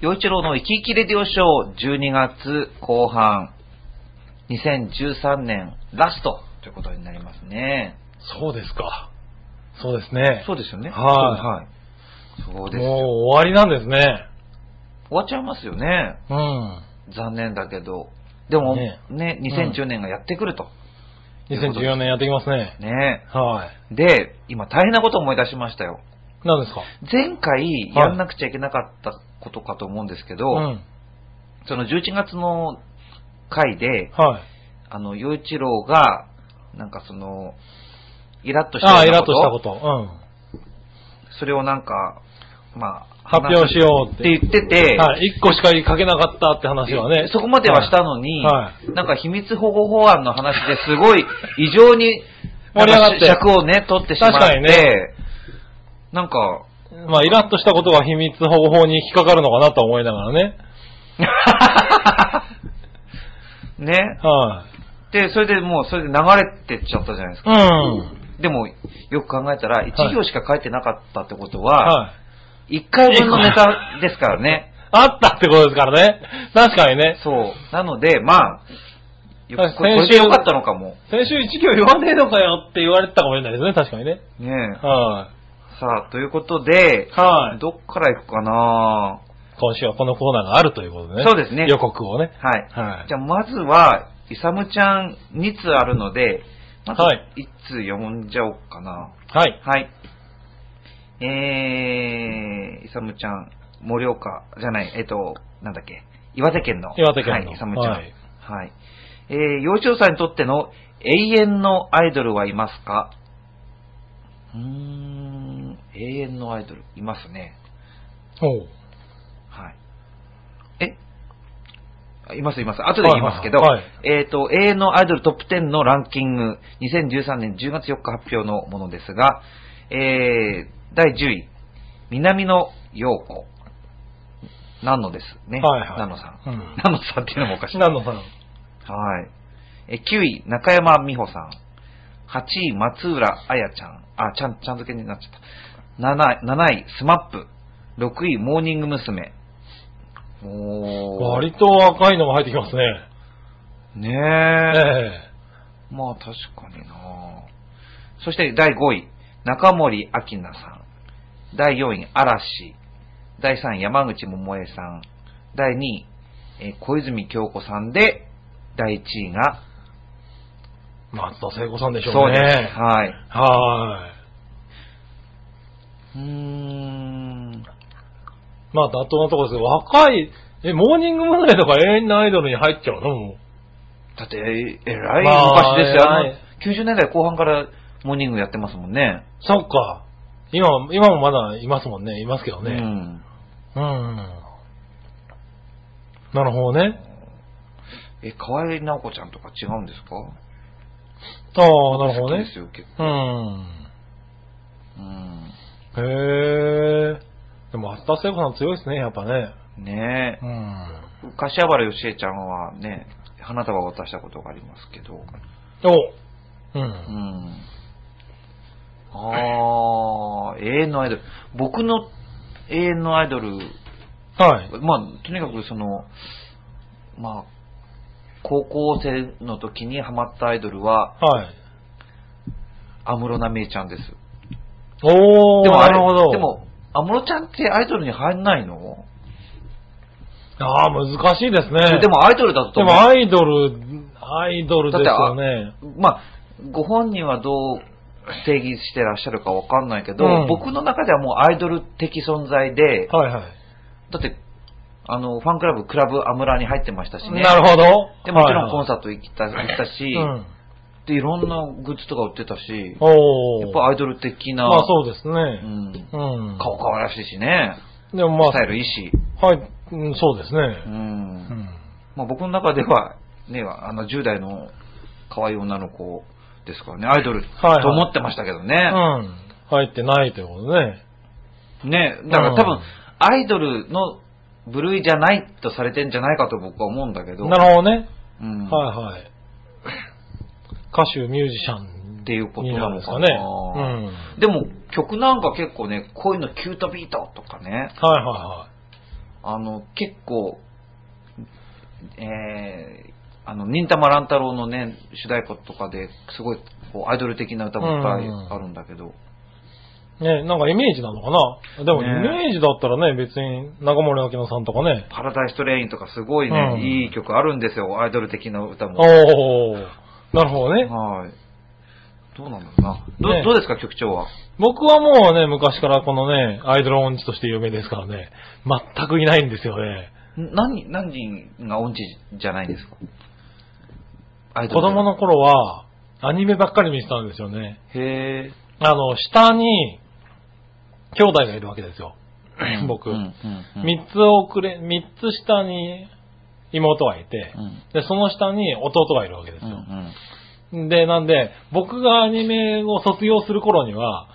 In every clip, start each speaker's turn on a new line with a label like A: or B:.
A: 陽一郎の生き生きレディオショー、12月後半、2013年ラストということになりますね。
B: そうですか。そうですね。
A: そうですよね。。
B: はい
A: はい。そうです
B: もう
A: よ。
B: 終わりなんですね。
A: 終わっちゃいますよね。
B: うん。
A: 残念だけど。でも、ね
B: ね、
A: 2010年がやってくると。
B: 2014年やってきますね。
A: ね
B: は
A: で、今大変なことを思い出しましたよ。
B: い。何ですか
A: 前回やんなくちゃいけなかったことかと思うんですけど、
B: うん。
A: その11月の回で、
B: はい。
A: あの、洋一郎が、なんかその、イラッとした
B: ああ、イ
A: よう
B: ラ
A: な
B: ッとしたこと。うん。
A: それをなんか、まあ、
B: 発表しようっ。
A: ってて言ってて、
B: はい。1個しか書けなかったって話はね。
A: そこまではしたのに、
B: は
A: なんか秘密保護法案の話ですごい異常に
B: 盛り上がって
A: なんか尺をね、取ってしまって、
B: 確かにね
A: なんか、
B: まあ、イラッとしたことが秘密保護法に引っかかるのかなと思いながらね。
A: ね、
B: は
A: で、それでもうそれで流れてっちゃったじゃないです
B: い。う
A: か。
B: ん。
A: でも、よく考えたら、
B: は
A: 1
B: い
A: 行しか書いてなかったってことは、
B: はい。
A: 1回分のネタですからね。
B: あったってことですからね。確かにね。
A: そう。なので、まあ、よ
B: はい
A: これこれ
B: 先
A: で
B: 週
A: よかったのかも。
B: 先週一行言わねえのかよって言われてたかもしれないですね。確かにね。
A: ねえ。
B: は
A: さあ、ということで、
B: い。はい。
A: どっから行くかな
B: 今週はこのコーナーがあるということでね。
A: そうですね
B: 予告をね。
A: はい。
B: はい
A: じゃあ、まずは、イサムちゃん2通あるので、まず
B: はい
A: 1通読んじゃおうかな。
B: はい。
A: はい。えー、イサムちゃん、盛岡、じゃない、えっ、と、なんだっけ、岩手県の。
B: 岩手県の
A: はい、イサムちゃん。は
B: はいい。
A: えー、幼稚園さんにとっての永遠のアイドルはいますかうーん、永遠のアイドル、いますね。
B: おう
A: はい。えあいますいます。後で言いますけど、
B: はいはい
A: えっ、と、永遠のアイドルトップ10のランキング、2013年10月4日発表のものですが、えー、第10位、南野陽子。ナ野ですね。
B: はいはい
A: ナ野さん。
B: うん
A: ナ野さんっていうのもおかしい。
B: 何のさん。
A: はい。え、9位、中山美穂さん。8位、松浦彩ちゃん。あ、ちゃん、ちゃん付けになっちゃった。7, 7位、スマップ。6位、モーニング娘。おー。
B: 割と赤いのが入ってきますね。
A: ね
B: え
A: え。
B: え。
A: まあ確かになそして第5位、中森明菜さん。第4位、嵐。第3位、山口百恵さん。第2位、えー小泉京子さんで、第1位が、
B: 松田聖子さんでしょ
A: そう
B: う
A: で
B: ね。
A: す。はい。
B: は
A: うーん。
B: い。まあ、妥当なところですけど、若い、え、モーニング娘。とか永遠のアイドルに入っちゃうのもう
A: だって、ええらい
B: まあ
A: 昔ですよ。あの
B: えらい
A: 90年代後半からモーニングやってますもんね。
B: そっか。今も、今もまだいますもんね。いますけど
A: う
B: ね。
A: ん。
B: うん。なるほどね。
A: え、河合直子ちゃんとか違うんですか
B: ああ、なるほ
A: 好
B: ど
A: きで
B: ね
A: す。よ、結構。
B: うん。
A: うん。
B: へえ。でも、松田聖子さん強いですね、やっぱね。
A: ね
B: うん。
A: え。柏原芳恵ちゃんはね、花束を渡したことがありますけど。
B: おう。
A: うんん。あー、永遠のアイドル。僕の永遠のアイドル
B: はい。
A: まあ、とにかくその、まあ、高校生の時にハマったアイドルは、
B: はい。
A: 安室奈美恵ちゃんです。
B: おー、
A: でもあ
B: な
A: れ
B: るほど。
A: で、も、安室ちゃんってアイドルに入んないの、
B: ああ、難しいですね。
A: で、もアイドルだと
B: で
A: 思う
B: もアイドル、アイドルですよね。
A: まあ、ご本人はどう定義してらっしゃるかわかんないけど、
B: うん
A: 僕の中ではもうアイドル的存在で、
B: はいはい。
A: だって、あの、ファンクラブ、クラブアムラに入ってましたしね。
B: なるほど。
A: で、もちろんコン
B: サ
A: サート行った行ったし、
B: うん。
A: で、いろんなグッズとか売ってたし、
B: おー。
A: やっぱアイドル的な、
B: まあそうです
A: う
B: ね。
A: ん、
B: うん。
A: 顔可愛らしいしね、
B: でもま
A: スタイルいいし、
B: あ、はい、うんそうですね。
A: うん
B: うん。
A: まあ、僕の中では、ね、あの10代の可愛い女の子ですからね、アイドル
B: はいはい
A: と思ってましたけどね、
B: うん。入ってないということね。
A: ねだから多分、
B: うん
A: アイドルの部類じゃないとされてんじゃないかと僕は思うんだけど、
B: なるほどね。
A: うん
B: はいはい。歌手、ミュージシャン
A: っていうこと
B: に
A: な
B: なるん
A: の
B: です
A: か
B: か
A: な
B: ね。うん。
A: でも曲なんか結構ね、こういうのキュートビートとかね、
B: はいは
A: あの、結構、えー、あの、忍たま乱太郎のね、主題歌とかで、すごい、こう、アイドル的な歌もいっぱいあるんだけど、
B: ね、なんかイメージなのかなでもイ
A: ね
B: メージだったらね、別に中森明菜さんとかね。
A: パラダイストレインとかすごいね、
B: うん
A: いい曲あるんですよ、アイドル的な歌も。
B: おー、なるほどね。
A: はい。どうなんだろうな。ど,、
B: ね
A: どうですか、局長は。
B: 僕はもうね、昔からこのね、アイドル音痴として有名ですからね、全くいないんですよね。
A: ん何、何人が音痴じゃないんですかアイ
B: 子
A: の。
B: 供の頃は、アニメばっかり見てたんですよね。
A: へえ。
B: あの、下に、兄弟がいるわけですよ。 僕。
A: うんう
B: 三、
A: んうん
B: つ遅れ、三つ下に妹がいて
A: う、ん
B: で、その下に弟がいるわけです
A: うんう
B: よ。
A: ん
B: で、なんで、僕がアニメを卒業する頃には、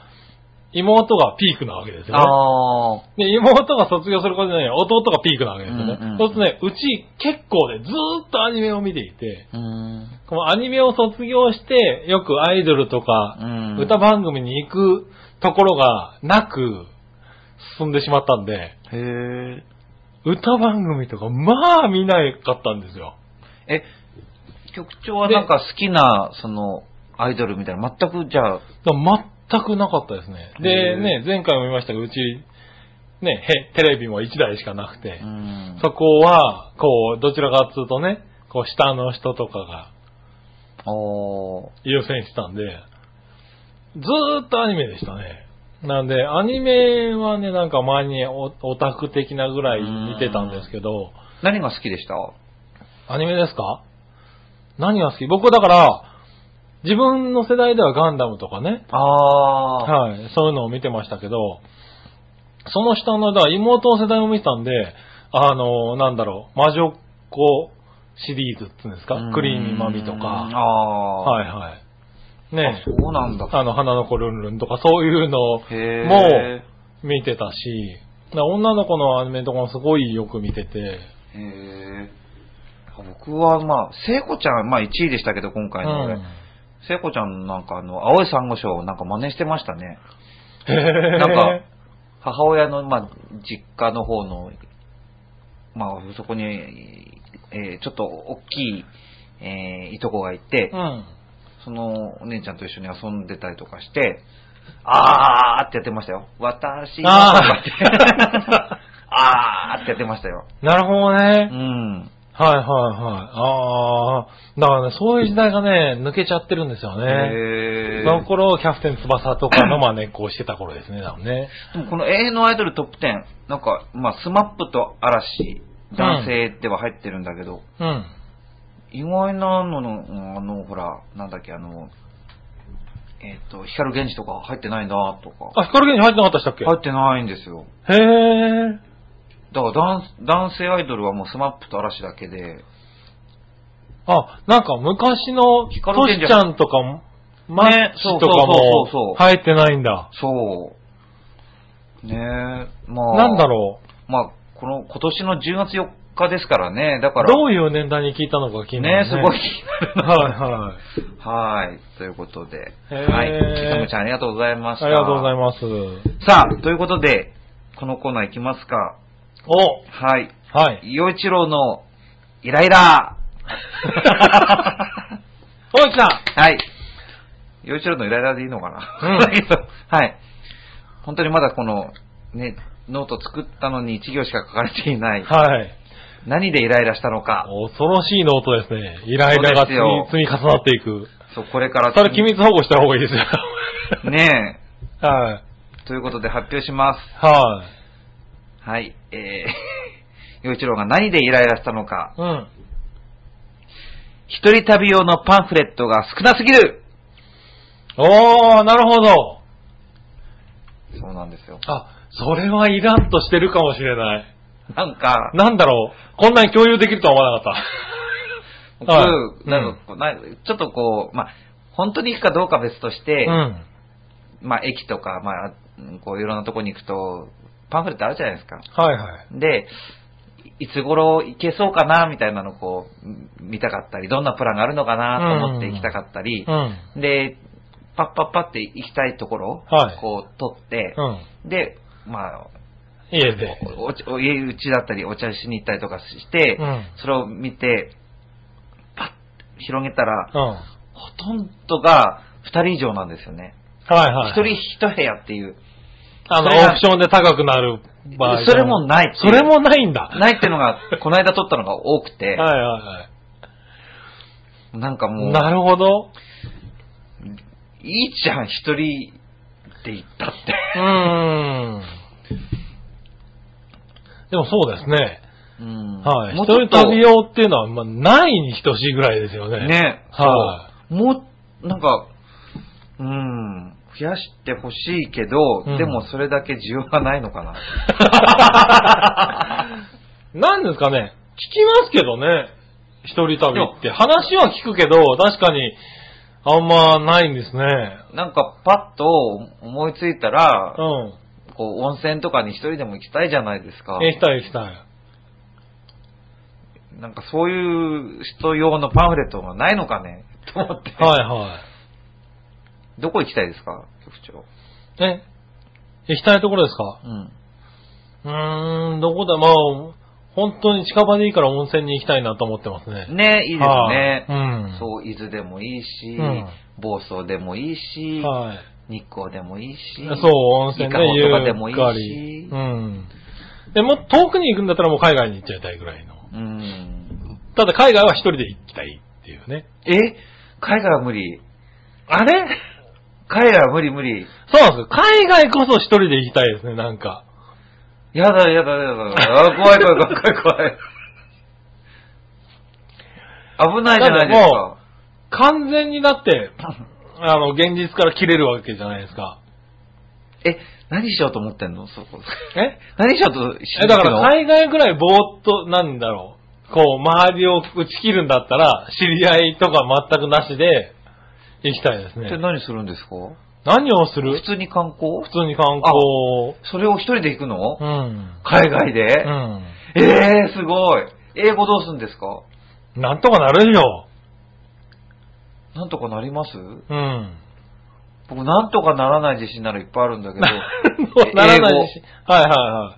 B: 妹がピークなわけですよね。
A: ああ、
B: で、妹が卒業することでね、弟がピークなわけですよね。
A: うんうん
B: そうするとね、うち結構ね、ずーっとアニメを見ていて、
A: うん。
B: このアニメを卒業して、よくアイドルとか
A: う、ん。
B: 歌番組に行くところがなく、進んでしまったんで、
A: へえ。
B: 歌番組とか、まあ見なかったんですよ。
A: え、局長はなんか好きな、その、アイドルみたいな、全くじゃあ、
B: だから全くなかったですね。
A: へ
B: で、
A: ー
B: ね、前回も言いましたが、うち、ね、へテレビも1台しかなくて
A: う、ん。
B: そこは、こう、どちらかっつうとね、こう、下の人とかが
A: おー
B: 優先してたんで、ずーっとアニメでしたね。なんで、アニメはね、なんか前にオオタク的なぐらい見てたんですけど、
A: 何が好きでした
B: アニメですか何が好き僕はだから、自分の世代ではガンダムとかね、
A: あー。
B: はい、そういうのを見てましたけど、その下の、だから妹の世代を見てたんで、あの、なんだろう、魔女っ子シリーズっていうんですか
A: うん
B: クリーミーマミと
A: あ
B: か、
A: あ。。
B: はいいはい。ね
A: あそうなんだ
B: あの、花の子ルンルンとか、そういうのを
A: へえ。
B: も見てたし、だから女の子のアニメとかもすごいよく見てて、
A: へえ。僕はまあ、聖子ちゃん、まあ1位でしたけど、今
B: う
A: 回の俺。
B: ん。
A: 聖子ちゃんのなんかあの、青い珊瑚礁をなんか真似してましたね。
B: へー
A: なんか、母親の、まあ、実家の方の、まあ、そこに、えーちょっと大きい、えーいとこがいて、
B: うん。
A: そのお姉ちゃんと一緒に遊んでたりとかして、あーってやってましたよ。私の
B: あー
A: とかってあーってやってましたよ。
B: なるほど
A: う
B: ね。
A: ん。
B: はいはいはい。ああ、だからね、そういう時代がね、抜けちゃってるんですよね。
A: へー
B: その頃、キャプテン翼とかの真似っこをしてた頃ですね、多分ね。
A: でもこの永遠のアイドルトップ10、なんか、まあ、スマップと嵐、男性では入ってるんだけど、
B: うん。
A: 意外なのの、うんあの、ほら、なんだっけ、あの、えっ、と、光源氏とか入ってないなとか。
B: あ、光源氏入ってなかったでしたっけ、
A: 入ってないんですよ。
B: へえ。
A: だから男、男性アイドルはもうスマップと嵐だけで、
B: あ、なんか昔の、トシ
A: 光源氏
B: ちゃんとかも、マッチ
A: そう
B: とか
A: そうそうそ
B: も
A: う、
B: 入ってないんだ。
A: そう。ねえ、まあ。
B: なんだろう。
A: まあ、この、今年の10月4日ですからね、だから、
B: どういう年代に聞いたのか気にな
A: ね
B: る
A: すごい気になるな。
B: はい はい。
A: はい。ということで。
B: へー
A: はい。キムちゃんありがとうございました。
B: ありがとうござい
A: ま
B: ます。
A: す。さあ、ということで、このコーナーいきますか。
B: お
A: はい。
B: はい。
A: 洋一郎のイライ ラ
B: おい、来た
A: はい。洋一郎のイライラでいいのかな、
B: うん
A: だけど、 はい。本当にまだこの、ね、ノート作ったのに一行しか書かれていない。
B: はい。
A: 何でイライラしたのか。
B: 恐ろしいノートですね。イライラが積み
A: そうです
B: 積み重なっていく。
A: そう、これから。
B: それ機密保護した方がいい ですよ。
A: ね
B: はい。
A: え。ということで発表します。
B: はい。
A: はい。えー、洋 一郎が何でイライラしたのか。
B: うん。
A: 一人旅用のパンフレットが少なすぎる
B: おー、なるほど。
A: そうなんですよ。
B: あ、それはイラッとしてるかもしれない。
A: なんか、
B: なんだろう。こんなに共有できるとは思わなかった。
A: 僕、
B: はい
A: なんかこうなちょっとこう、まあ、本当に行くかどうか別として、
B: うん。
A: まあ、駅とか、まあ、うんこういろんなとこに行くと、パンフレットあるじゃないですか。
B: はいはい。
A: で、いいつ頃行けそうかな、みたいなのをこう、うん見たかったり、どんなプランがあるのかな、と思って行きたかったり
B: う、ん。
A: で、パッパッパって行きたいところを、
B: はい
A: こう、取って、
B: うん。
A: で、まあ、
B: 家で。
A: おおお家うちだったりお茶しに行ったりとかして、
B: うん
A: それを見て、パッて広げたら、
B: うん。は
A: ほとんどが2人以上なんですよね。
B: いは
A: 1
B: い。
A: 人1部屋っていう。
B: あの、オ
A: それが
B: ークションで高くなる場合。
A: それもないって
B: そ
A: いう
B: れもないんだ。
A: ないっていうの が、この間撮ったのが多くて、
B: はいは
A: なんか
B: い
A: も
B: は
A: う
B: い。、なるほど。
A: いいじゃん、1人で行ったって。
B: うーん。でもそうですね。
A: うん
B: はい。
A: も
B: 一
A: うちょ
B: 人
A: っと
B: 旅用っていうのは、まあ、ないに等しいぐらいですよね。。
A: ね。
B: は
A: そう。もう、なんか、うん、増やしてほしいけど、
B: うん
A: でもそれだけ需要がないのか な。
B: なんですかね。聞きますけどね。一人旅って。話は聞くけど、確かに、あんまないんですね。
A: なんかパッと思いついたら、
B: うん。
A: こう温泉とかに一人でも行きたいじゃないですか。
B: 行きたい行きたい。
A: なんかそういう人用のパンフレットがないのかね と思って。
B: はいはい。
A: どこ行きたいですか局
B: え行きたいところですか
A: 長。うん。
B: うーん、どこだまあ、本当に近場でいいから温泉に行きたいなと思ってますね。
A: ね、いいですね。
B: はいうん
A: そう、伊豆でもいいし、
B: うん
A: 房総でもいいし、
B: はい。
A: 日光でもいいし。
B: そう、温泉
A: 伊香
B: ね、
A: 保とかでも
B: ゆ
A: い
B: っ
A: い
B: か
A: し
B: り。うん。でもう遠くに行くんだったらもう海外に行っちゃいたいぐらいの。
A: うん。
B: ただ海外は一人で行きたいっていうね。
A: え海外は無理。
B: あれ
A: 海外は無理無理。
B: そうなんですよ。海外こそ一人で行きたいですね、なんか。
A: やだやだやだ。あ怖い怖い怖い怖い怖 い。危ないじゃないですか。
B: 完全にだって、あの、現実から切れるわけじゃないですか。
A: え、何しようと思ってんのそこ。
B: え
A: 何しようとし
B: え、だから
A: はい。
B: 海外ぐらいぼーっと、なんだろう。こう、周りを打ち切るんだったら、知り合いとか全くなしで、行きたいです
A: って
B: ね。
A: 何するんですか
B: 何をす
A: 普
B: る
A: 通に観光
B: 普通に観光。
A: それを一人で行くの
B: うん。
A: 海外で
B: うん。
A: ええすごい。英語どうすんですか
B: なんとかなるよ。
A: なんとかなります
B: うん。
A: 僕なんとかならない自信ならいっぱいあるんだ けど。
B: ならないし。はいはいは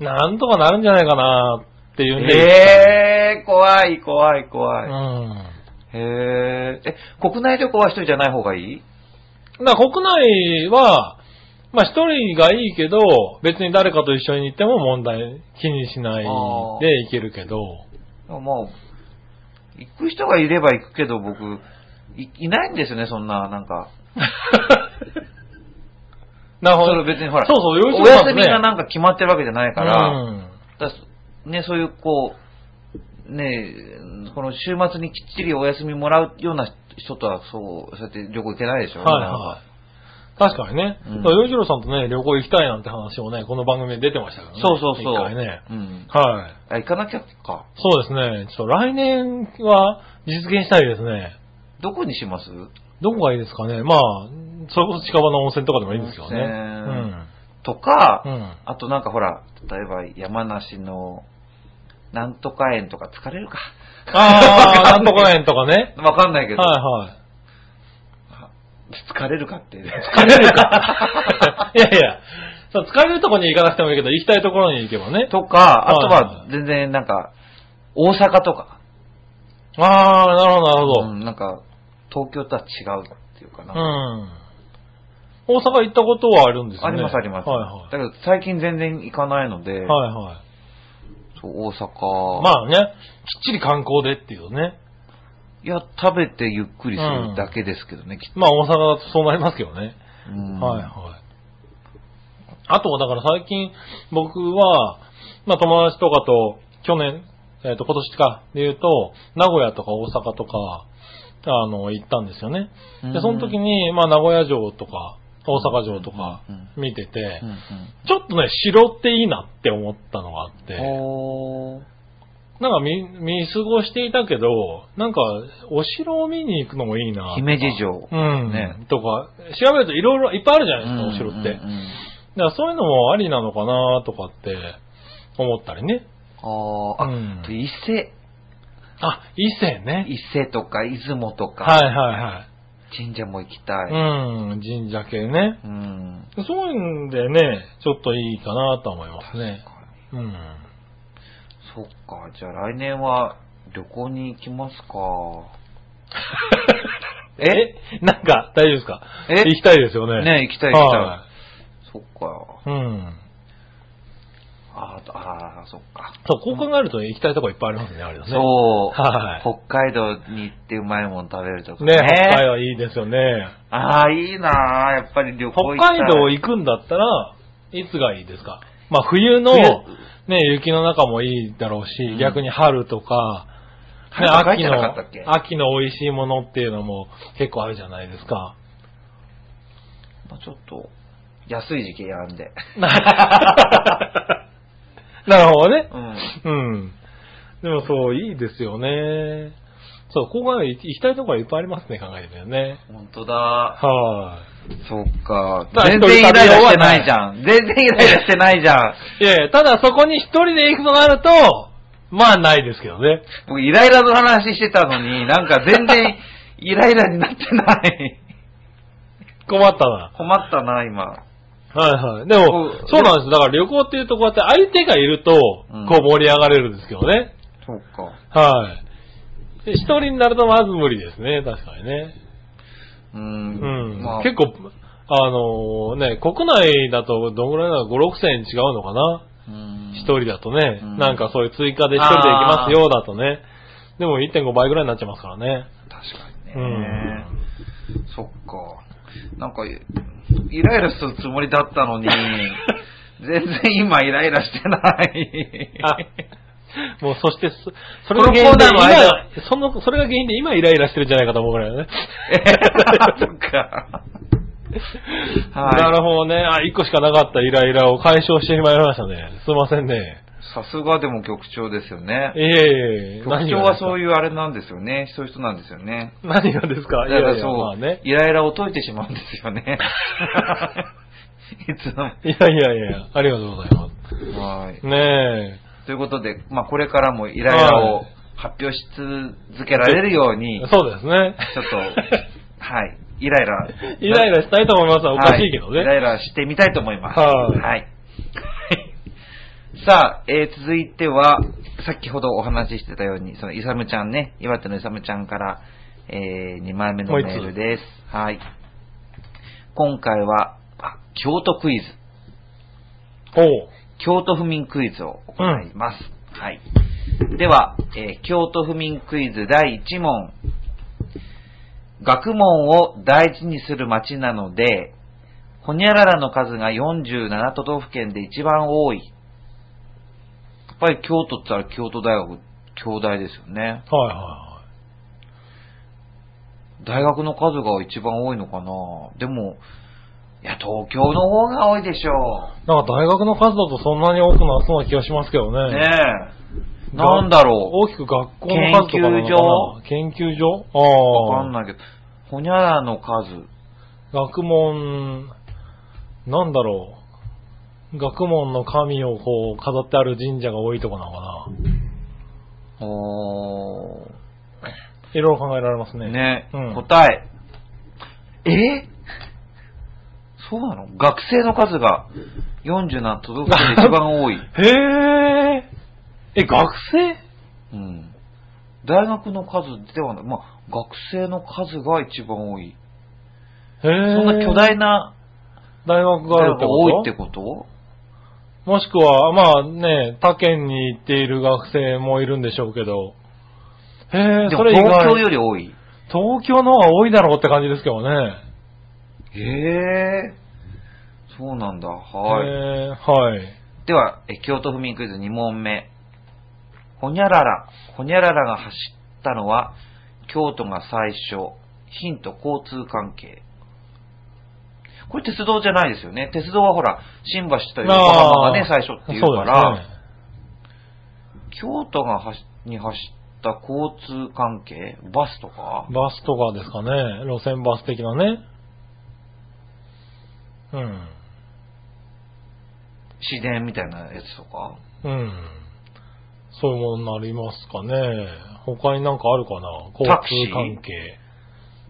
B: い。なんとかなるんじゃないかなっていうんで。
A: ええー、怖い怖い怖い。
B: うん。
A: へえ。え、国内旅行は一人じゃない方がいい
B: だから国内は、まあ一人がいいけど、別に誰かと一緒に行っても問題気にしない
A: あー
B: で行けるけど、
A: まあ、行く人がいれば行くけど、僕、いいないんですよね、そんな、なんか。
B: なるほ
A: そ
B: ど。
A: れ別にほら、
B: そうそう要する
A: お
B: に
A: 休み
B: ま
A: が
B: あね
A: なんか決まってるわけじゃないから、
B: うん
A: だね、そういうこう、ね、この週末にきっちりお休みもらうような人とは、そう、そうやって旅行行けないでしょ。
B: はい
A: なん
B: は
A: か
B: い。確かにね。
A: うん
B: だから洋一郎さんとね、旅行行きたいなんて話をね、この番組で出てましたからね。
A: そうそうそう。
B: 一回ね。
A: うん。
B: はい。
A: あ、行かなきゃか。
B: そうですね。ちょっと来年は実現したいですね。
A: どこにします
B: どこがいいですかね。まあ、それこそ近場の温泉とかでもいいんですけどね。
A: 温
B: う
A: 泉
B: ん。
A: とか、
B: うん。
A: あとなんかほら、例えば山梨の、なんとか園とか疲れるか。
B: ああ、なんとか園とかね。
A: わかんないけど、
B: はいはい。
A: 疲れるかって。
B: 疲れるか。い やいや、そう疲れるとこに行かなくてもいいけど、行きたいところに行けばね。
A: とか、あと
B: は
A: はい全然なんか、大阪とか、
B: ああ、なるほど、なるほど。
A: うんなんか、東京とは違うっていうかな。
B: うん。大阪行ったことはあるんですよ
A: あ
B: ね。
A: りますあります。
B: はいは
A: だけど最近全然行かないので、
B: い。はいはい。
A: そう大阪、
B: まあね、きっちり観光でっていうね。
A: いや、食べてゆっくりするだけですけどね、きっと。
B: まあ大阪だとそうなりますけどね。
A: うん
B: はいはい。あとはだから最近僕は、まあ友達とかと去年、えっ、と今年かで言うと、名古屋とか大阪とか、あの、行ったんですよね。
A: うん
B: で、その時に、まあ名古屋城とか、大阪城とか
A: うん
B: 見てて
A: うん、
B: ちょっとね、城っていいなって思ったのがあって、
A: うんおー
B: なんか見、見過ごしていたけど、なんか、お城を見に行くのもいいなとか。
A: 姫路城
B: うん。
A: ね
B: とか、調べるといろいろいっぱいあるじゃないですか、お城って。
A: うんうんうん
B: だからそういうのもありなのかなとかって思ったりね。
A: あーあ、
B: うん
A: 伊勢、
B: あ、伊勢ね。
A: 伊勢とか出雲とか、
B: はいはいはい。
A: 神社も行きたい。
B: うん、神社系ね。
A: うん。
B: そういうんでね、ちょっといいかなとは思いますね。
A: 確かに
B: うん。
A: そっか、じゃあ来年は旅行に行きますか。え
B: なんか、大丈夫ですか
A: え
B: 行きたいですよね。
A: ね行きたい行きたい。
B: は
A: そっか。
B: い。うん。
A: あーあー、そっか。
B: そう、こう考えると行きたいとこいっぱいありますね、あれだね。
A: そう。
B: はい
A: 北海道に行ってうまいもの食べるとか
B: ね、
A: ね。
B: 北海道いいですよね。
A: ああ、いいなーやっぱり旅行行
B: 北
A: きたい。
B: 海道行くんだったら、いつがいいですかまあ冬の、
A: 冬
B: ね、雪の中もいいだろうし、
A: ん
B: 逆に春とか、ね、
A: 春とか
B: 秋
A: じゃなかったっけ
B: の、秋の美味しいものっていうのも結構あるじゃないで すか。
A: まあちょっと、安い時期やんで。
B: なるほどね。
A: うん。
B: うん。でもそう、いいですよね。そう、ここが行きたいところがいっぱいありますね、考えてみるよね。
A: 本当だ。
B: は
A: そっか
B: た。だ
A: 全然イライラしてないじゃん。全然イライラしてないじゃん。
B: い。いやいや、ただそこに一人で行くとなると、まあないですけどね。
A: 僕、イライラの話してたのに、なんか全然イライラになってない。
B: 困ったな。
A: 困ったな、今。
B: はいはい。でも
A: う、ん
B: そうなんです。だから旅行っていうとこうやって相手がいると、こう
A: うん
B: 盛り上がれるんですけどね。
A: そうか。
B: はい。で一人になるとまず無理ですね、確かにね。
A: う。
B: うんん。
A: まあ、
B: 結構、あのね、国内だとどんぐらいだろう、5、6千違うのかな
A: うん
B: 一人だとね、
A: うん
B: なんかそういう追加で一人で行きますよ、だとね。でも1.5倍ぐらいになっちゃいますからね。
A: 確かにね。
B: うん。
A: そっか。なんか、イライラするつもりだった のに、全然今イライラしてない。
B: あもうそしてそ、そ
A: このコーナーの
B: 原因で
A: 間
B: 今その、それが原因で今イライラしてるんじゃないかと思うぐらい だね。
A: そっか。はい
B: なるほどね。あ、一個しかなかったイライラを解消してしまいましたね。すいませんね。
A: さすがでも局長ですよね
B: い。えいえ。
A: 局長はそう
B: いう。
A: いうあれなんですよね。そういう人なんですよね。
B: 何がですか
A: だ
B: い
A: か
B: やい
A: ら
B: や、
A: そう、
B: まあね。
A: イライラを解いてしまうんですよ ね。 いつ
B: いやいやいや、ありがとうございま
A: も。はい
B: す。。ね
A: ということで、まあこれからもイライラ
B: は
A: を発表し続けられるよう
B: え
A: に、。
B: そうですね。
A: ちょっと、 はい。イライラ。
B: イライラしたいと思います。おかしいけどね。
A: はイライラしてみたいと思います。
B: はい
A: はい。 さあ、えー続いては、先ほどお話ししてたように、その、イサムちゃんね、岩手のイサムちゃんから、え2枚目の
B: もう
A: メ
B: 一つ
A: ールです。はい。今回は、あ京都クイズ。
B: ほう。
A: 京都府民クイズを行います。はい。では、えー京都府民クイズ第1問。学問を大事にする町なので、ほにゃららの数が47都道府県で一番多い。やっぱり京都って言ったら京都大学、京大ですよね。
B: はいは
A: 大学の数が一番多いのかなでも、いや、東京の方が多いでしょ
B: い。なんか大学の数だとそんなに多くなさそうな気がしますけど
A: う。
B: ね。
A: ねえ。なんだろう。
B: 大きく学校の数とかなのかな研究所あ
A: わか
B: あ
A: ん。ないけど、ほにゃらの数。
B: 学問、なんだろう。学問の神をこう飾ってある神社が多いとこなのかな。
A: お
B: いろいろ考えられます
A: ー。
B: ね。
A: ね、
B: うん
A: 答え。えそうなの学生の数が47都道府県 で一番多い。
B: へえ。え、学生
A: うん。大学の数ではない。まあ、学生の数が一番多い。
B: へえ。
A: そんな巨大な
B: 大学
A: 大
B: があるっ
A: 学が
B: てこと
A: 多いってこと
B: もしくは、まあね、他県に行っている学生もいるんでしょうけど。へえ、
A: で
B: そ
A: も
B: れ意
A: 東京
B: 外。
A: より多い。
B: 東京の方が多いだろうって感じですけどね。
A: へえ。そうなんだ。はい。
B: へえはい。
A: では、え京都府民クイズ2問目。ほにゃらら、ほにゃららが走ったのは、京都が最初。ヒント、交通関係。これ鉄道じゃないですよね。鉄道はほら、新橋と横浜がね、最初っていうから、京都が走に走った交通関係バスとか
B: そうですね、バスとかですかね。路線バス的なね。うん。
A: 市電みたいなやつとか
B: うん。そういうものになりますかね。他になんかあるかな交
A: タクシー
B: 通関係。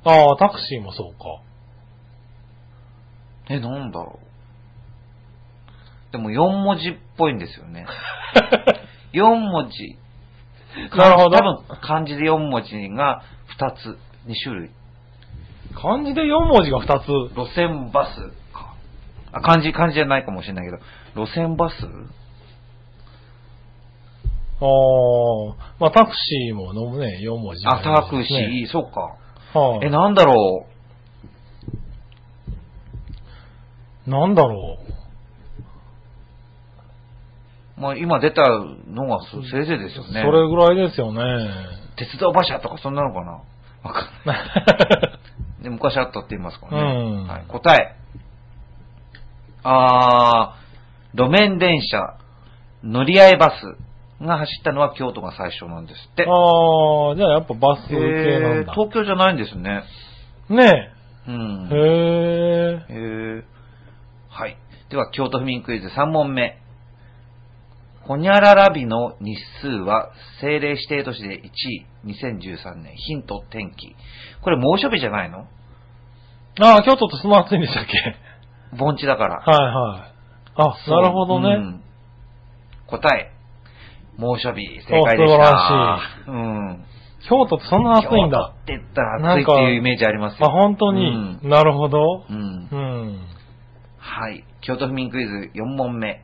B: ああ、タクシーもそうか。
A: え、なんだろう。でも4文字っぽいんですよね。4文字。
B: なるほど
A: 多分漢字で4文字が2つ、2種類。
B: 漢字で4文字が2つ。
A: 路線バスか。あ、漢字、漢字じゃないかもしれないけど、路線バス
B: ああ、まあタクシーもね、4文字、
A: あ、タクシー、そうか。
B: ー。はい、
A: え、なんだろう。
B: なんだろ
A: まあ、今出たのがそせいぜいですよ
B: う、
A: ね。
B: それぐらいですよね。
A: 鉄道馬車とかそんなのかなわかんない。で昔あったって言いますからね。
B: うん
A: はい、答え。あー、路面電車、乗り合いバスが走ったのは京都が最初なんですって。
B: ああ、じゃあやっぱバス系な
A: え
B: ん
A: ー
B: だ。
A: 東京じゃないんですね。
B: ね
A: う
B: え。
A: ん。
B: へえ。
A: へーはい。では、京都府民クイズ3問目。ほにゃららびの日数は政令指定都市で1位、2013年。ヒント、天気。これ猛暑日じゃないの
B: ああ、京都ってそんな暑いんでしたっけ
A: 盆地だから。
B: はいはい。あ、なるほどね。
A: うん答え。猛暑日、正解でした。素晴
B: あ
A: らしい。うん。
B: 京都ってそんな暑いん
A: 京
B: だ
A: 都。って言ったら暑いっていうイメージあります
B: あ、
A: よ。
B: 本当に。
A: うん
B: なるほど。
A: うん
B: う。ん。
A: はい。京都府民クイズ4問目。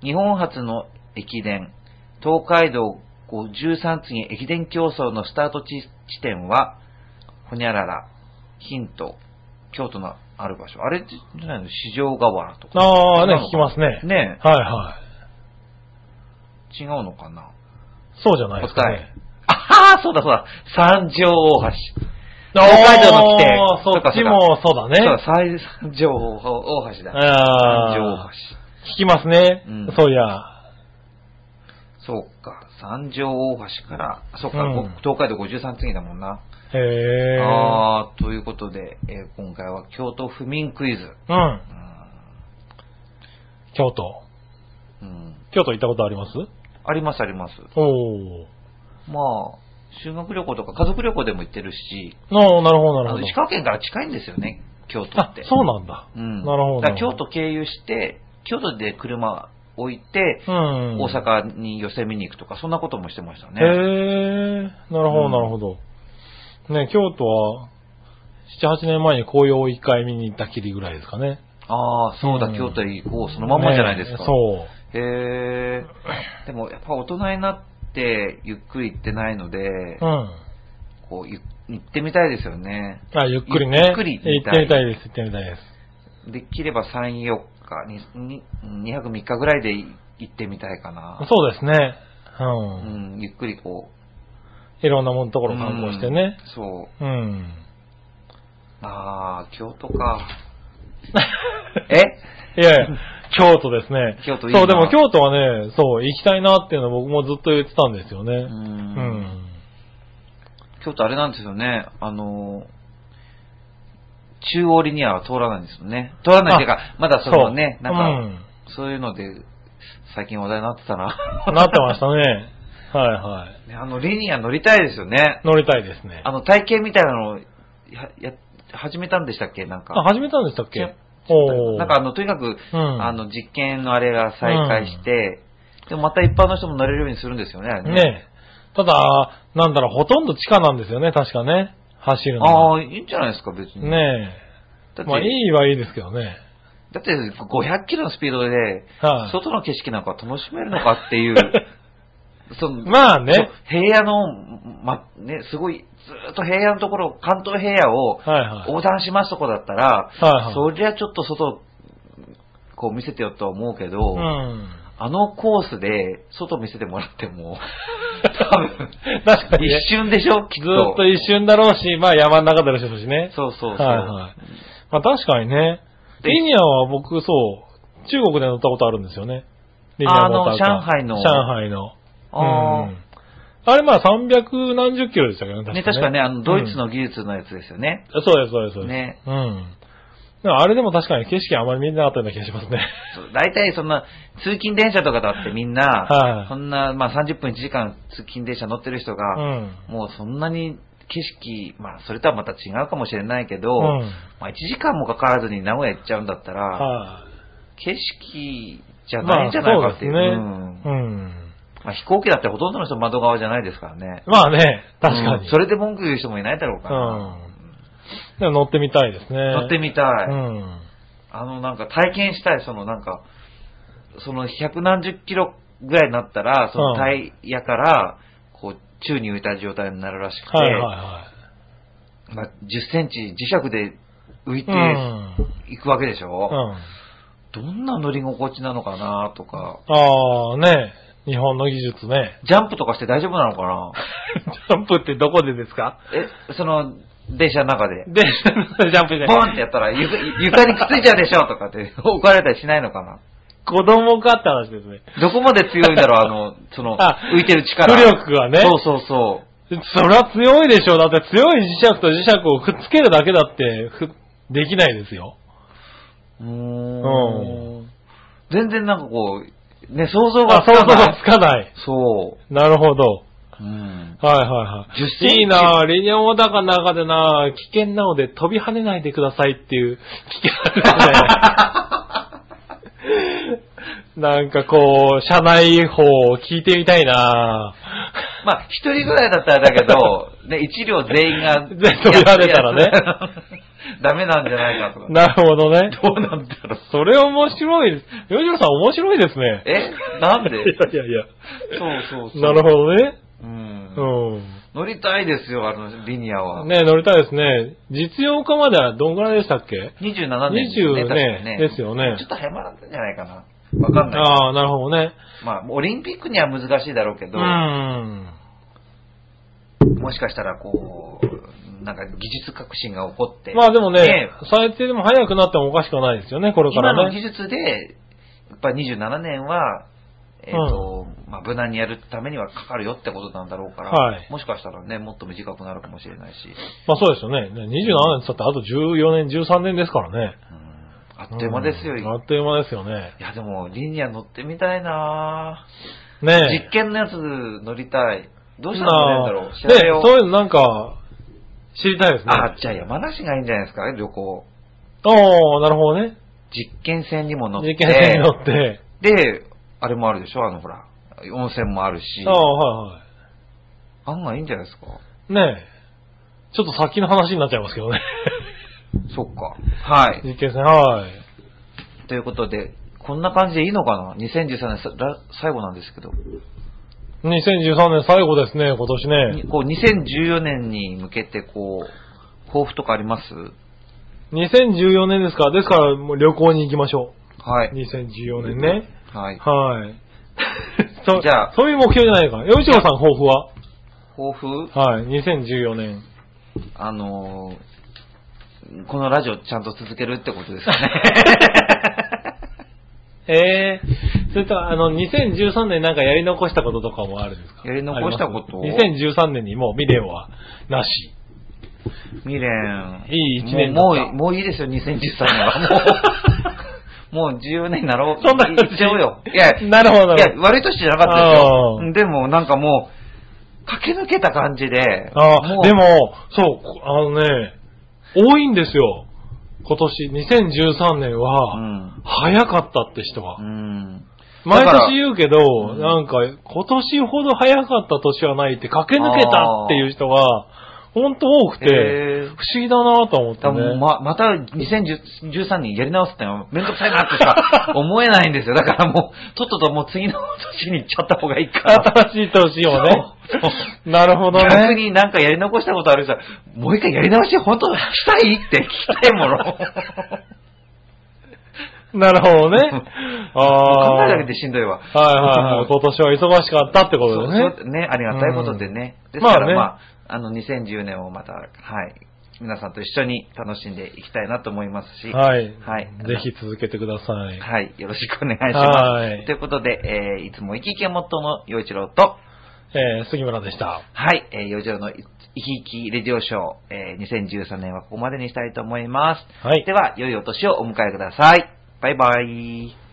A: 日本初の駅伝、東海道53次駅伝競争のスタート地地点は、ほにゃらら、ヒント、京都のある場所。あれじゃないの四条河原とか。
B: ああ、
A: 違う
B: ね
A: のか、
B: 聞きますね。
A: ね
B: はいはい。
A: え違うのかな
B: そうじゃないですか、
A: 答
B: ね
A: え。。あはーそうだそうだ。三条大橋。
B: あ
A: 北海道の起点
B: あーそっちもそうだね。
A: そうだ、最三条大橋だ。
B: あ
A: 三
B: ー
A: 条大
B: 聞きますね。
A: うん
B: そういや。
A: 橋。そうか、三条大橋から、そうか、
B: うん
A: 東海道53次だもんな。
B: へえ。
A: あー、ということで、えー今回は京都府民クイズ。
B: うん。
A: うん
B: 京都。
A: うん
B: 京都行ったことあります
A: ありますあります。
B: おー。
A: まあ、修学旅行とか家族旅行でも行ってるし、
B: おーなるほど、
A: あ
B: なるほ
A: の
B: ど
A: 石。川県から近いんですよね、京都っ
B: あ
A: て。、
B: そうなんだ。
A: うん。
B: なるほど
A: だから京都経由して、京都で車置いて、
B: うん。
A: 大阪に寄せ見に行くとか、そんなこともしてましたね。
B: へえ、なる
A: う
B: ほど、
A: ん
B: なるほど。ね、京都は、7、8年前に紅葉を一回見に行ったきりぐらいですかね。
A: ああ、そうだ、
B: うん
A: 京都へ行こう、そのまんまじゃないですか。
B: ねそ
A: へえ。でも、やっぱ大人になって、ゆっくり行ってないので、
B: う。うん。
A: こう、ゆ行ってみたいですよね。
B: あ、ゆっくりね。
A: ゆっくり行
B: 行
A: っ
B: ってて
A: み
B: み
A: た
B: たいです、行ってみたいです。
A: できれば3、4日、にに2泊3日ぐらいで行ってみたいかな。
B: そうですね。う。
A: うんん、ゆっくりこ
B: いろんなもんと
A: う。
B: ころ観光してね
A: う。ん。そう。
B: うん。
A: ああ、京都か。え
B: いやいや、京都ですね。
A: 京都いいな
B: そう、でも京都はね、そう、行きたいなっていうのは僕もずっと言ってたんですよね。
A: う。
B: うんん。
A: 京都あれなんですよね、あのー、中央リニアは通らないんですよね。通らないっていうか、まだそのね、
B: う
A: なんか、
B: ん。
A: そういうので、最近話題になってたな。
B: なってましたね。はいは
A: ねあの、リニア乗りたいですよね。
B: い。乗りたいですね。
A: あの、体験みたいなのを、や、や、始めたんでしたっけなん
B: あ、
A: か。
B: 始めたんでしたっ
A: いや
B: けおー
A: なんかあの、とにかく、
B: うん
A: あの、実験のあれが再開して、でもまた一般の人も乗れるようにするんですよね、あれね。
B: ねえただ、なんだろう、ほとんど地下なんですよね、確かね。走るの
A: あ
B: は。
A: あ、いいんじゃないですか、別に。
B: ね
A: だ
B: え。
A: って、
B: まあ、いいはいいですけどね。
A: だって500キロのスピードで、
B: はい
A: 外の景色なんか楽しめるのかって いう、その
B: まあね
A: そう平野の、ま、ね、すごい、ずっと平野のところ、関東平野を
B: はいはい。
A: 横断しますとこだったら、
B: はいはい
A: そりゃちょっと外、こう見せてよとは思うけど、
B: うん。
A: あのコースで外見せてもらって も、多分、
B: 確かにね
A: 一瞬でしょ、きっ
B: ずー
A: と。
B: っと一瞬だろうし、まあ山の中だろうししね。
A: そうそうそう。
B: はいはい。まあ確かにね。
A: で
B: リニアは僕、そう、中国で乗ったことあるんですよね。リニアモーターカー
A: あの上海の
B: 上海の。
A: あー
B: うんあれまあ300何十キロでしたけどね、確か
A: ね、確かね、あの、ドイツの技術のやつですよね。
B: そうです、そうです、そうです。
A: ね
B: うん。でもあれでも確かに景色あまり見えなかったような気がしますね。
A: そう大体そんな、通勤電車とかだってみんな、
B: はい
A: そんな、まあ30分1時間通勤電車乗ってる人
B: う
A: が、
B: ん。
A: もうそんなに景色、まあ、それとはまた違うかもしれないけど、
B: うん
A: まあ、1時間もかからずに名古屋行っちゃうんだったら、
B: は
A: 景色じ
B: い。
A: ゃないんじゃないかっていう。
B: まあそうです
A: うん
B: ね。うん。
A: まあ、飛行機だってほとんどの人窓側じゃないですからね。
B: まあね、確か
A: う
B: に。
A: んそれで文句言う人もいないだろうから。
B: うん。でも乗ってみたいですね。
A: 乗ってみたい。
B: うん。
A: あの、なんか体験したい、そのなんか、その百何十キロぐらいになったら、そのタイヤから、こう、宙に浮いた状態になるらしくて、
B: はいはいは
A: まあ、10センチ磁石で浮い
B: い。う
A: て
B: ん。
A: いくわけでし
B: う
A: ょ、
B: ん。
A: どんな乗り心地なのかなとか、
B: ああ、ね、日本の技術ね。
A: ジャンプとかして大丈夫なのかな
B: ジャンプってどこでですか
A: え、その、電車の中で、
B: で、ジ ャンプじゃ
A: ボ
B: な
A: ン
B: い。
A: ってやったら床床にくっついちゃうでしょとかって怒られたりしないのかな
B: 子供かって話ですね。
A: どこまで強いんだろう、あの、その
B: あ、
A: 浮いてる力。
B: 浮力がね
A: そうそうそう。
B: そりゃ強いでしょ。だって強い磁石と磁石をくっつけるだけだって、ふできないですよ。
A: うーん全然なんかこう、ね、想像が
B: あ、
A: つ
B: そうそ
A: か
B: うそ
A: な
B: う
A: い。
B: つかない。
A: そ
B: なるほど。
A: う。うん。
B: はいはいはい。
A: 10センチ
B: いいなぁ、リニアモーターカーの中でなぁ、危険なので飛び跳ねないでくださいっていう危険ですね。 なんかこう、車内法を聞いてみたいなぁ。
A: まあ、一人ぐらいだったらだけ ど、ね、一両全員が。
B: 全員飛び跳ねたらね
A: やつ。ダメなんじゃないかとか。
B: なるほどね。
A: どうなんだろう。
B: それ面白いです。吉野さん面白いですね。
A: えなんで
B: いやいやいや。
A: そうそうそう。
B: なるほどね。
A: ど。うん。
B: う
A: 乗りたいですよ、あの、リニアは。
B: ん。ね乗りたいですね。実用化まではどんぐらいでしたっけ
A: 27年ですよね。
B: 20
A: 確
B: ね
A: かにね
B: ですよね
A: ちょっと早まったんじゃないかな。わかんない。
B: ああ、なるほどね。
A: まあ、オリンピックには難しいだろうけ
B: う
A: ど、
B: ん。
A: もしかしたらこう、なんか技術革新が起こって、
B: まあでもね、
A: ね
B: 最低でも早くなってもおかしくはないですよね、これか
A: 今の
B: ら
A: 技
B: ね。
A: 術で、やっぱり27年は、えっ、と、まあ無難にやるためにはかかるよってことなんだろうから、
B: はい
A: もしかしたらね、もっと短くなるかもしれないし、
B: まあそうですよね。ね27年って言ったってあと14年、13年ですからね。
A: うんあっという間ですよ。
B: うんあ
A: い
B: っという間ですよね。
A: やでも、リニア乗ってみたいなぁ
B: ね
A: 実験のやつ乗りたい。ど
B: ど
A: うしたら乗れるんだろう調
B: ね
A: べよ
B: そう
A: う。
B: いうのなんか、知りたいですね。
A: あ、じゃあ山梨がいいんじゃないですか、旅行。
B: おー、なるほどね。
A: 実験船にも乗って。
B: 実験船に乗って。
A: で、あれもあるでしょあの、ほら、温泉もあるし
B: あ、あ、はいは
A: 案外いいんじゃないですか
B: い。ねえ。ちょっと先の話になっちゃいますけ どね。
A: そっか。はい。
B: 実験船、はい。
A: ということで、こんな感じでいいのかな ?2013 年さら最後なんですけど、
B: 2013年最後ですね、今年ね。
A: にこう2014年に向けて、こう、抱負とかあります
B: 2014年ですから、ですからもう旅行に行きましょ
A: は
B: う。
A: い。
B: 2014年ね。
A: はい。
B: はい。 そ
A: じゃあ
B: そういう目標じゃないのか。吉野さん抱負は
A: 抱負
B: はい、2014年。
A: あのーこのラジオちゃんと続けるってことですか ね。
B: ええそれと、あの、2013年なんかやり残したこととかもあるんですか
A: やり残したこと
B: あります ?2013 年にもう未練はなし。
A: 未練。
B: いい一年だ
A: もう
B: った
A: もう、もういいですよ、2013年 は。もう、もう14年になろう。
B: そんな感
A: 言
B: じ
A: っちゃおうよ。いや、
B: なるほど
A: いや、悪い年じゃなかった
B: あ
A: ですよ。でも、なんかもう、駆け抜けた感じで。
B: あ
A: う
B: あ、で、も、そう、こあのね、多いんですよ。今年、2013年
A: う
B: は、
A: ん。
B: 早かったって人は
A: う。ん。
B: 毎
A: だから
B: 年言うけど、
A: ん
B: なんか、今年ほど早かった年はないって、駆け抜けたっていう人が、ほんと多くて、
A: へー
B: 不思議だなと思って
A: 多分
B: ね。
A: ま、また2013年やり直すってのはめんどくさいなってしか思えないんですよ。だからもう、とっとともう次の年に行っちゃった方がいいかな。
B: 新しい年をね
A: そう。
B: なるほど
A: 逆
B: ね。
A: になんかやり残したことある人は、もう一回やり直し本当にしたいって聞きたい もの。考。
B: なるほどね ああ。
A: えるだけでしんどいわ。
B: はいはい はい。今年は忙しかったってこ
A: そ
B: と
A: う
B: で
A: そう
B: ね。
A: ね、ありがたいことでね。
B: うん
A: ですから、
B: まあね
A: まあ、あの、2010年をまた、はい、皆さんと一緒に楽しんでいきたいなと思いますし、
B: はい。
A: はい
B: ぜひ続けてください。
A: はい、よろしくお願いしま
B: はい
A: す。ということで、えーいつも生き生きもっとの洋一郎と、
B: えー杉村でした。
A: はい、えー、洋一郎の生き生きレディオショー、えー2013年はここまでにしたいと思います。
B: はい
A: で。は、良いお年をお迎えください。バイバイ。